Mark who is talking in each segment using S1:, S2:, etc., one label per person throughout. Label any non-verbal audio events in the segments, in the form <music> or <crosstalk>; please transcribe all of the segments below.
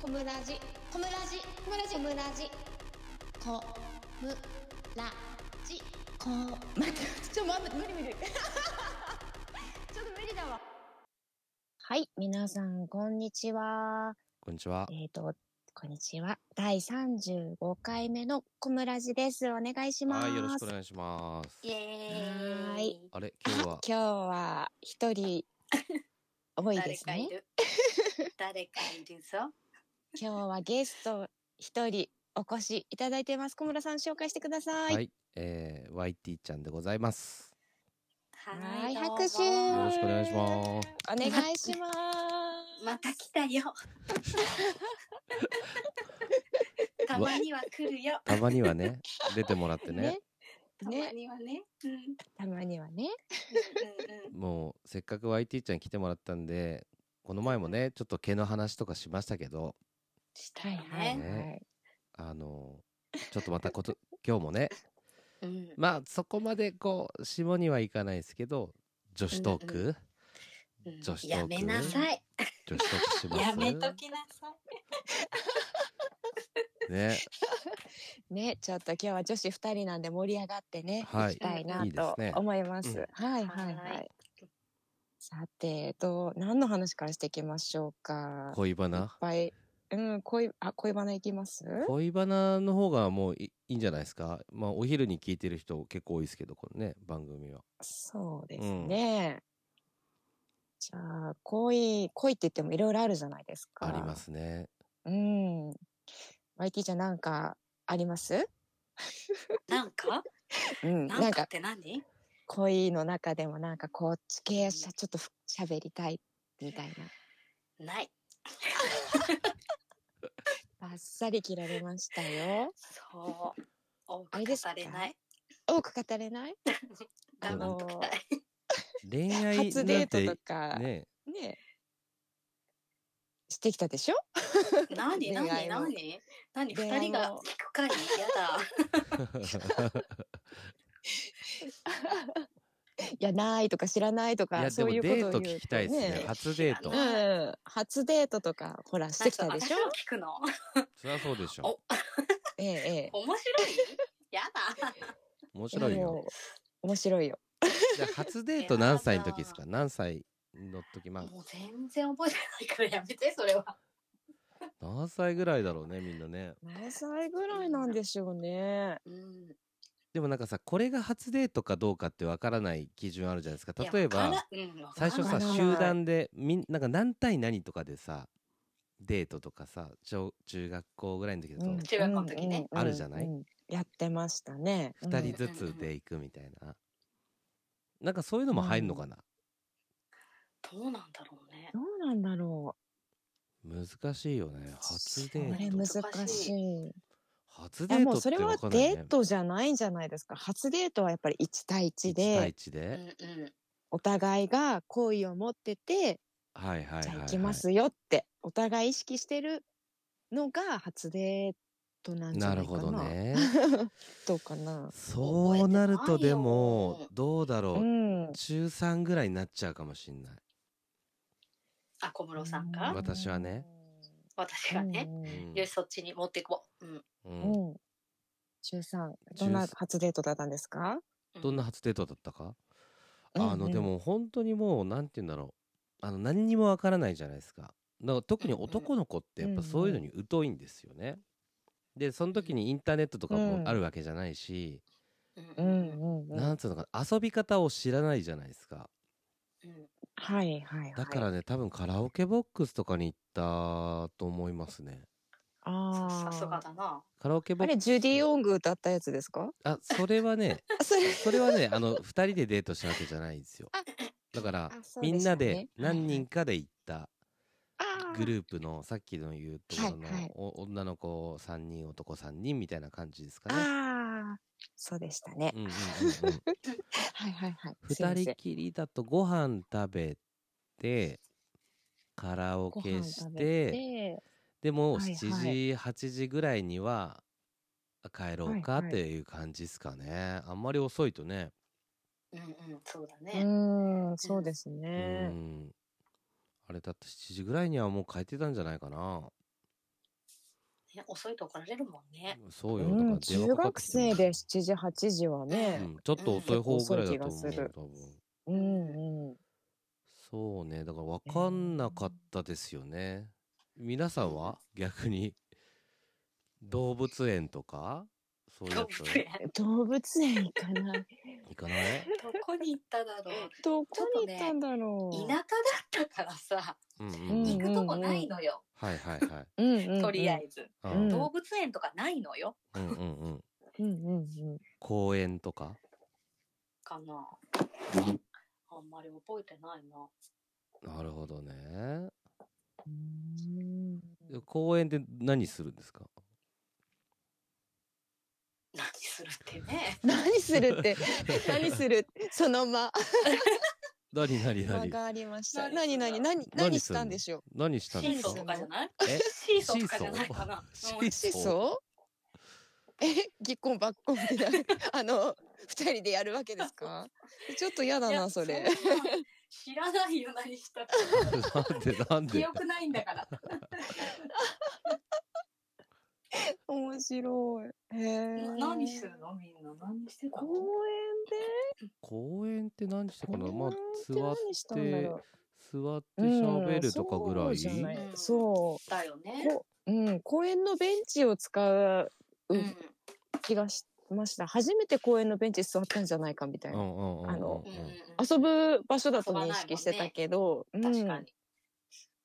S1: コムラジコムラジコムラジコムラジコムラジコ待ってちょっと待って無理無 <laughs> 理ちょっと無理だわはい皆さんこんにちは
S2: こんにちは。
S1: えっ、とこんにちは第35回目のコムラジですお願いします
S2: はい、よろしくお願いします
S3: イ。エーイ。
S1: はーい
S2: あれ、今日は
S1: 今日は一
S2: <laughs>
S1: 人多いで
S3: 誰
S1: す
S3: かい
S1: ね
S3: る。誰かいるぞ。
S1: 今日はゲスト一人お越しいただいてます小村さん紹介してください、
S2: はい、えー、YT ちゃんでございます。 <laughs>
S3: は
S1: はい
S3: どうも
S1: 拍手
S2: よろしくお願いします。
S1: お願いします
S3: また来た
S1: <laughs>
S3: よ。たまには来るよ。
S2: たまにはね、出てもらってね、
S3: たまにはね。うんうん
S1: たまにはね
S3: うんうん。
S2: もうせっかく YT ちゃん来てもらったんで、この前もね、ちょっと毛の話とかしましたけど、
S3: した
S1: はい
S3: よ
S1: はい
S3: ね。
S1: は
S2: ね
S1: い
S2: あのちょっとまたこと、 <laughs> 今日もね、
S3: うん
S2: まあそこまでこう、下にはいかないですけど、女子トーク、
S3: ううん
S2: 女子トーク
S3: やめなさい。
S2: 女子トークします
S3: やめときなさい。
S2: ね、
S1: ねちょっと今日は女子二人なんで盛り上がってね、
S2: はい
S1: 行きたいない
S2: いです
S1: と
S2: ね
S1: 思います
S2: うん
S1: はいはいは
S3: はいい
S1: さてどう何の話からしていきましょうか <laughs>
S2: 恋バ
S1: いっ
S2: ナ
S1: ぱいうん恋あ恋バナいきます
S2: 恋バナの方がもういいいんじゃないですかまあお昼に聞いてる人結構多いですけどこのね番組は
S1: そうですね。じゃあ恋恋って言ってもいろいろあるじゃないですか。
S2: ありま。すね
S1: うん。YT じゃんなんかあります？
S3: なんか
S1: うん。
S3: な
S1: なん
S3: んか
S1: か
S3: って何
S1: 恋の中でもなんかこっち系しゃちょっとふ喋りたいみたい
S3: ない。
S1: な。バッサリ切られましたよ。
S3: そう。多
S1: あ
S3: く
S1: れ
S3: 語
S1: ですか
S3: れない。
S1: 多く語れない？
S2: あ
S3: 黙
S2: の
S3: っときたい。
S2: 恋愛なんて
S1: 初デートとか <laughs> ね
S2: ね
S1: してきたでしょ？ <laughs>
S3: 何
S1: 恋愛
S3: 何
S1: も
S3: 何何
S1: 恋
S3: 二
S1: 愛も
S3: 人が聞くかいやだ。
S1: いやないとか知らないと
S2: いや
S1: か
S2: で
S1: そう
S2: も
S1: い
S2: デ
S1: うことを言
S2: ー
S1: う
S2: ト聞きたいですね初デート
S1: う
S3: ね
S1: ん。初デートとかほら <laughs> してきたでしょ
S3: なん？か私を聞くの。
S2: そりゃそうでしょ
S3: お
S1: ええええ。
S3: 面白い <laughs> やだ。
S2: 面白い
S1: や
S2: よ
S1: もう面白いよ。
S2: じゃあ初デート何歳の時ですか何歳の時まあ
S3: もう全然覚えてないからやめて、それは。
S2: 何歳ぐらいだろうねみんなね
S1: 何歳ぐらいなんでしょうね。
S3: うん。
S2: でもなんかさこれが初デートかどうかってわからない基準あるじゃないですか例え
S3: いや
S2: ば
S3: わからうんわ
S2: 最
S3: から
S1: わ
S2: 初さ
S1: かんない
S2: 集団でみんなんか何対何とかでさデートとかさ小中学校ぐらいの時だと、
S3: 中学の時ね
S1: うんうんうん
S2: あるじゃない
S1: うんやってましたね。
S2: 二人
S1: うん
S2: ずつで行くみたいな、なんかそういうのも入んのかな、
S3: どうなんだろうね。
S1: どうなんだろ
S2: 難しいよね
S1: う。
S2: 初デ
S1: これ
S2: ート
S1: 難しい。い
S2: 初デ
S1: や
S2: ー
S1: もう
S2: トって
S1: それは
S2: わかんないね
S1: デートじゃないんじゃないですか。初デートはやっぱり一対一
S2: 一
S1: で
S2: 対一
S3: うん
S2: で、
S3: うん。
S1: お互いが好意を持ってて、
S2: はいはいはい、
S1: じゃあ
S2: は
S1: 行
S2: い、
S1: きますよってお互い意識してるのが初デートなんじゃな
S2: なる
S1: いか
S2: ほ
S1: な。
S2: ど。ね
S1: どうかな。
S2: そうなるとで
S3: 覚えてない
S2: も
S3: よ
S2: どうだろ
S1: う
S2: う、
S1: ん。
S2: 中3ぐらいになっちゃうかもしんない、
S3: あ、小室さん
S2: う
S3: か
S2: ん私はね
S3: 私がね。
S1: うん
S2: うん
S3: よし、そっちに持ってこう。うん。
S2: う
S1: うんん。中三。どんな初デートだったんですか？
S2: どんな初デートだったか、
S1: うん
S2: あの
S1: うん
S2: でも本当にもうなんて言うんだろうあの何にもわからないじゃないですかだから特に
S3: うんうん
S2: 男の子ってやっぱそういうのに疎いんですよね、でその時にインターネットとか
S1: う
S2: も
S1: ん
S2: あるわけじゃないし、
S3: うん
S1: う
S3: うん
S1: ん
S3: う
S1: うんんうん。
S2: なんつうのかな遊び方を知らないじゃないですか
S3: うん。
S1: はいはいはい。
S2: だからね、多分カラオケボックスとかに行ったと思いますね
S1: ああ。
S3: さすがだな。
S2: カラオケボ
S1: あ
S2: ックス
S1: れジュディオング歌ったやつですか？
S2: あそれは
S1: <laughs>
S2: ね
S1: あ <laughs> それ。
S2: それはねあの2人でデートしたわけじゃないんですよ
S1: あ
S2: だから、
S1: あそうで
S2: みんな
S1: したね
S2: で
S1: はい
S2: 何人かで行った
S1: あ
S2: グ
S1: ー
S2: ループのさっきの言うところの、
S1: はいはい
S2: お女の子3人男3人みたいな感じですかね。
S1: あー。そうでしたね
S2: う。
S1: <laughs>
S2: んうんうんうん、
S1: はいはいはい。すいま
S2: 2
S1: せん
S2: 人きりだとご飯食べてカラオ
S1: ご
S2: ケ
S1: 飯
S2: し
S1: 食べ
S2: てでも
S1: はい
S2: 7時、8時ぐらいには帰ろうか
S1: はいはい
S2: っていう感じですかね、あんまり遅いとね、
S3: うんうん。そうだ
S1: う
S3: ね。
S1: ん、そうです
S2: う
S1: ね。
S2: んあれだって7時ぐらいにはもう帰ってたんじゃないかな
S3: ね遅いと怒られるもんね。
S2: そうよ、
S1: うん、
S2: だから電
S1: 中
S2: 話かかっ
S1: 学
S2: てきて
S1: 生
S2: も
S1: で7時、8時は
S2: う
S1: ね、
S2: ん、ちょっと遅い方ぐら
S1: 遅
S2: いだと思
S1: い気がす
S2: う
S1: る
S2: 多分
S1: うんうん。
S2: そうねだから分かんなかったですよね、皆さんは <laughs> 逆に動物園とかそういうや
S3: 動
S2: つ
S3: 物園
S1: 動物園行か
S3: <laughs>
S1: ない。
S2: 行か <laughs> ない、
S3: どこに行っただろう。
S1: どこに行ったんだろう。
S3: 田舎だったからさ、
S2: うんうんうん
S3: 行くとこないのよ。
S2: はいはいはい
S1: うんうんうん
S3: とりあえず、
S2: <laughs> あ
S1: うん
S2: ー
S3: 動物園とかないのよ。
S2: うんうんうん
S1: うんうんうん。
S2: 公園とか
S3: かな。あんまり覚えてないな。
S2: なるほどね
S1: うーん
S2: 公園で何するんですか
S3: 何するってね。
S1: 何する
S2: <laughs>
S1: って、何するその間。
S2: 何何
S1: わ
S2: 何
S1: かりました。何
S3: 何
S1: 何何何したんでしょ
S2: 何したん
S3: シ
S2: で
S3: ー
S2: すか
S3: ソーとかじゃない？
S2: え
S3: シーソーとかじゃないかな。
S2: シ
S3: うん
S2: ー
S1: う。シ
S2: ソー
S1: ソえ、ぎっこんばっこんってなる <laughs> あの、二人でやるわけですか。 <laughs> ちょっと嫌だ
S3: い
S1: な
S3: や
S1: それ。
S3: んな知らないよ何したか。
S1: <laughs>
S2: なんでなんで
S3: 記憶ないんだから。
S1: 面白い。へえ。
S3: な何するのみんな何してた
S1: 公
S3: の？
S1: 園
S2: 公園って何して
S1: で。
S2: かなま
S1: 公園っ
S2: あ
S1: て
S2: 座っ
S1: 何したんだ
S2: て
S1: ろう
S2: 座って
S1: うん
S2: 喋るとかぐら
S1: そう
S2: い
S1: じゃない
S3: うん
S1: そ
S3: だよね。
S1: う、うん、公園のベンチを使う
S3: うん。
S1: 気がしました。初めて公園のベンチに座ったんじゃないかみたい
S2: うんう
S1: な。
S2: んうんうんうん
S1: あの
S3: うんうんうん
S1: 遊ぶ場所だと認識してたけど、
S3: 確か
S1: うん
S3: に。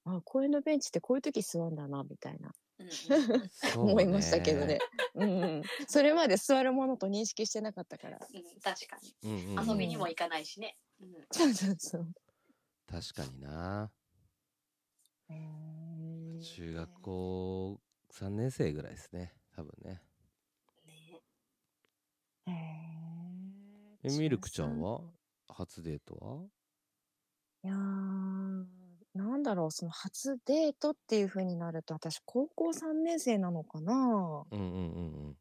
S1: あ、公園のベンチってこういう時座るんだなみたいな
S3: うんうんうん
S2: そうね
S1: 思いましたけどね。うんうん、それまで座るものと認識してなかったから。
S3: うん確かに。
S2: うんうんうん
S3: 遊びにも行かないしね。うん
S1: そうそうそう。
S2: 確かにな中学校3年生ぐらいですね多分ね
S3: ね
S1: へー
S2: えミルクちゃんは初デートはい
S1: やーなんだろうその初デートっていう風になると私高校3年生なのかな
S2: うんうん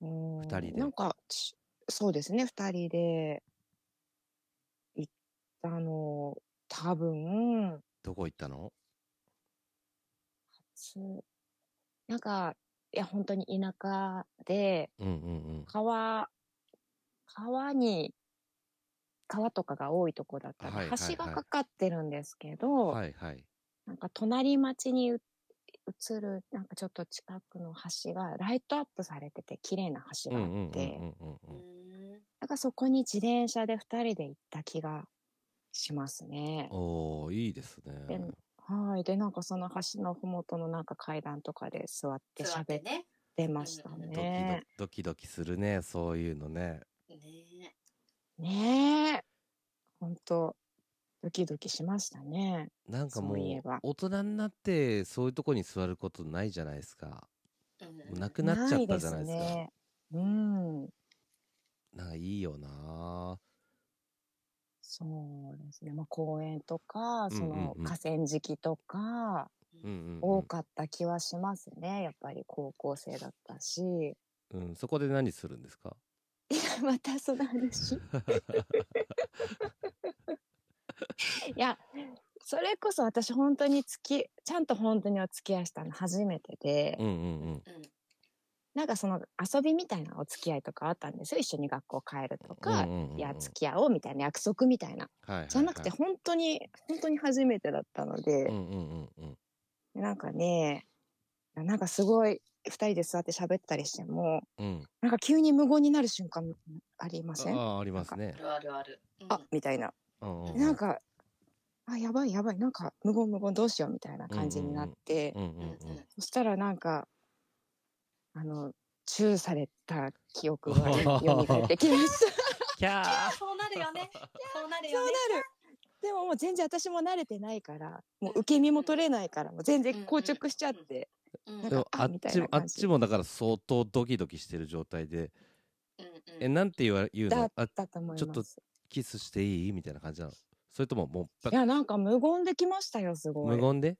S2: うん
S1: うん
S2: 二人で
S1: なんかちそうですね2人で行ったの多分
S2: どこ行ったの
S1: 初なんかいや本当に田舎で
S2: うんうん
S1: 川川に川とかが多いとこだった
S2: は
S1: ら
S2: いはいは
S1: 橋
S2: い
S1: がかかってるんですけど、
S2: うんはいはい
S1: なんか隣町にう移る、なんかちょっと近くの橋がライトアップされてて、綺麗な橋
S2: うん
S1: があ
S2: うんうん
S1: っ
S2: うん
S1: て、
S2: うんう
S3: うんん
S1: なんかそこに自転車で二人で行った気がしますね。
S2: おおいいですね。
S1: ではい。で、なんかその橋のふもとのなんか階段とかで座って
S3: 座って
S1: 喋っ
S3: ね。
S1: てました
S3: うん
S2: ドキド
S1: ね。
S2: ドキドキするねそういうのね。
S3: ね
S1: ねえ。ほんと、ドキドキしましたね。
S2: なんかも
S1: そういえ
S2: う
S1: ば
S2: 大人になってそういうとこに座ることないじゃないですか。もう
S3: う
S2: なくなっちゃった
S1: い
S2: じゃな
S1: す
S2: いですか。
S1: ね。うん。
S2: なんかいいよな。
S1: そうですね、まあ、公園とかそ
S2: うん
S1: の
S2: うんうん
S1: 河川敷とか
S2: うんうん、うん。
S1: 多かった気はしますね、やっぱり高校生だったし
S2: うんそこで何するんですか。
S1: <laughs> またその話いやそれこそ私本当に付きちゃんと本当にお付き合いしたの初めてで、
S2: うんうんうん。
S3: んうん
S1: なんかその遊びみたいなお付き合いとかあったんですよ一緒に学校帰るとか、
S2: うんうんうんうん
S1: いや付き合おうみたいな約束みたいな
S2: はいはいはい。
S1: じゃなくて本当に本当に初めてだったので。
S2: うんうんうんうん。
S1: なんかね、なんかすごい、二人で座って喋ったりしても、
S2: うん。
S1: なんか急に無言になる瞬間ありませんあ
S2: ああありますね
S3: あ。るあるある。うん
S1: みたいな。
S2: うんうう
S1: なん。か、あ、やばいやばい、なんか無言無言どうしようみたいな感じになって、
S2: うんうん
S3: うん
S2: うん。
S1: そしたらなんか、あの、チューされた記憶
S2: <laughs>
S1: が蘇ってきま <laughs> した。
S2: キャー。
S3: そうなるよ <laughs> ね。そうな
S1: そ
S3: る
S1: う
S3: よね。
S1: なる。 <laughs> でももう全然私も慣れてないから、もう受け身も取れないから、もう全然硬直しちゃって。
S3: うん
S1: な
S2: で
S1: ん
S2: も
S1: か
S2: あ
S1: あ
S2: っ
S1: みたい
S2: ちも
S1: な
S2: あっ
S1: 感じ
S2: ちもだから相当ドキドキしてる状態で、
S3: うん
S2: えなんて言わ言う
S1: だ
S2: の
S1: っ？
S2: あ
S1: たと思います。
S2: ちょっとキスしていいみたいな感じなのそれとももうパ
S1: いや、なんか無言できましたよ、すごい。
S2: 無言で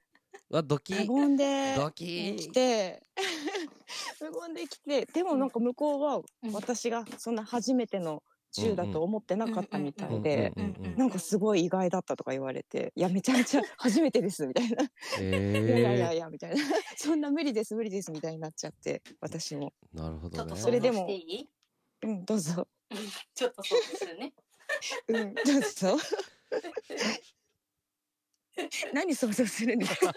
S2: あドキ
S1: 無言で
S2: ド
S1: 来 <laughs>
S2: キ
S1: て、無言で来て、でもなんか向こうは
S3: うん
S1: 私がそんな初めての10だと思ってなかったみたいで、
S2: うんうんうんうん
S1: なんかすごい意外だったとか言われて、いや、めちゃめちゃ初めてですみ <laughs> たいな。いやいやいや
S2: え
S1: いや、みたいな。 <laughs> そんな無理です、無理ですみたいになっちゃって、私も。
S2: ー、なるほ
S3: ち
S2: ど
S3: ょっ
S2: ね
S3: と。
S1: それでも
S3: 想像してい <laughs> い
S1: うん、どうぞ。
S3: ちょっとそうですよね。 <laughs>
S1: うん、どうぞ。 <laughs> 何想像するんですか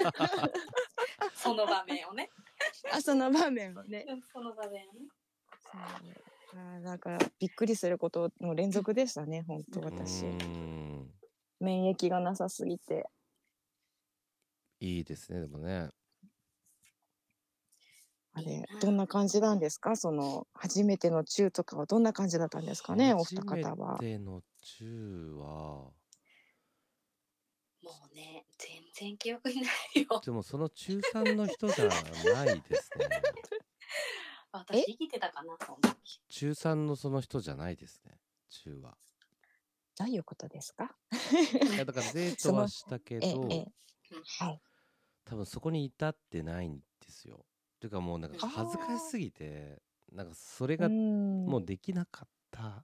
S3: その場面をね。
S1: <laughs> あ、その場面をね。
S3: その場面をね。
S1: そうあーだから、びっくりすることの連続でしたね、本当私
S2: う。ーん
S1: 免疫がなさすぎて。
S2: いいですねでもね。
S1: あ
S3: いい
S1: れ
S3: な、
S1: どんな感じなんですかその、初めての中とかはどんな感じだったんですかねお二方は
S2: 初。めての中は
S3: もうね、全然記憶にないよ。
S2: でもその中三の人じゃないですね。
S1: <laughs>
S3: 私生きてたかな、その時。
S2: 中三のその人じゃないですね。中は。
S1: どういうことですか
S2: いやだからデー
S1: <laughs> そ
S2: ト
S1: の
S2: はしたけ
S1: ええ
S2: ど、、
S1: ええ。はい。
S2: 多分そこに至ってないんですよ。ていうかもうなんか恥ずかしすぎてなんかそれがも
S1: も
S2: うできなかった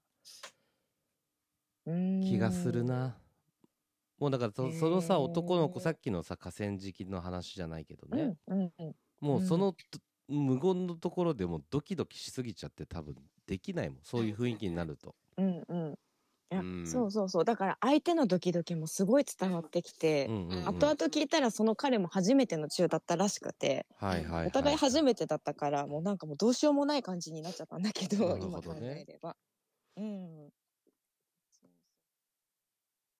S2: 気がするな。もうだからそその
S1: へ
S2: さ
S1: ー
S2: 男の子さっきのさ河川敷の話じゃないけど
S1: う
S2: ね、
S1: ん。うん、うん。
S2: もう
S1: うん
S2: そのと無言のところでもうドキドキしすぎちゃって多分できないもんそういう雰囲気になると。
S1: うんうん。いや
S2: うん
S1: そうそうそう。だから相手のドキドキもすごい伝わってきて、
S2: うんうんうん
S1: 後々聞いたらその彼も初めての中だったらしくて、
S2: はいはいはい、
S1: お互い初
S2: て
S1: めてだったから、もうなんかもうどうしようもない感じになっちゃったんだけど、
S2: なる
S1: 今
S2: ほど
S1: 考
S2: ね
S1: えれば。うん。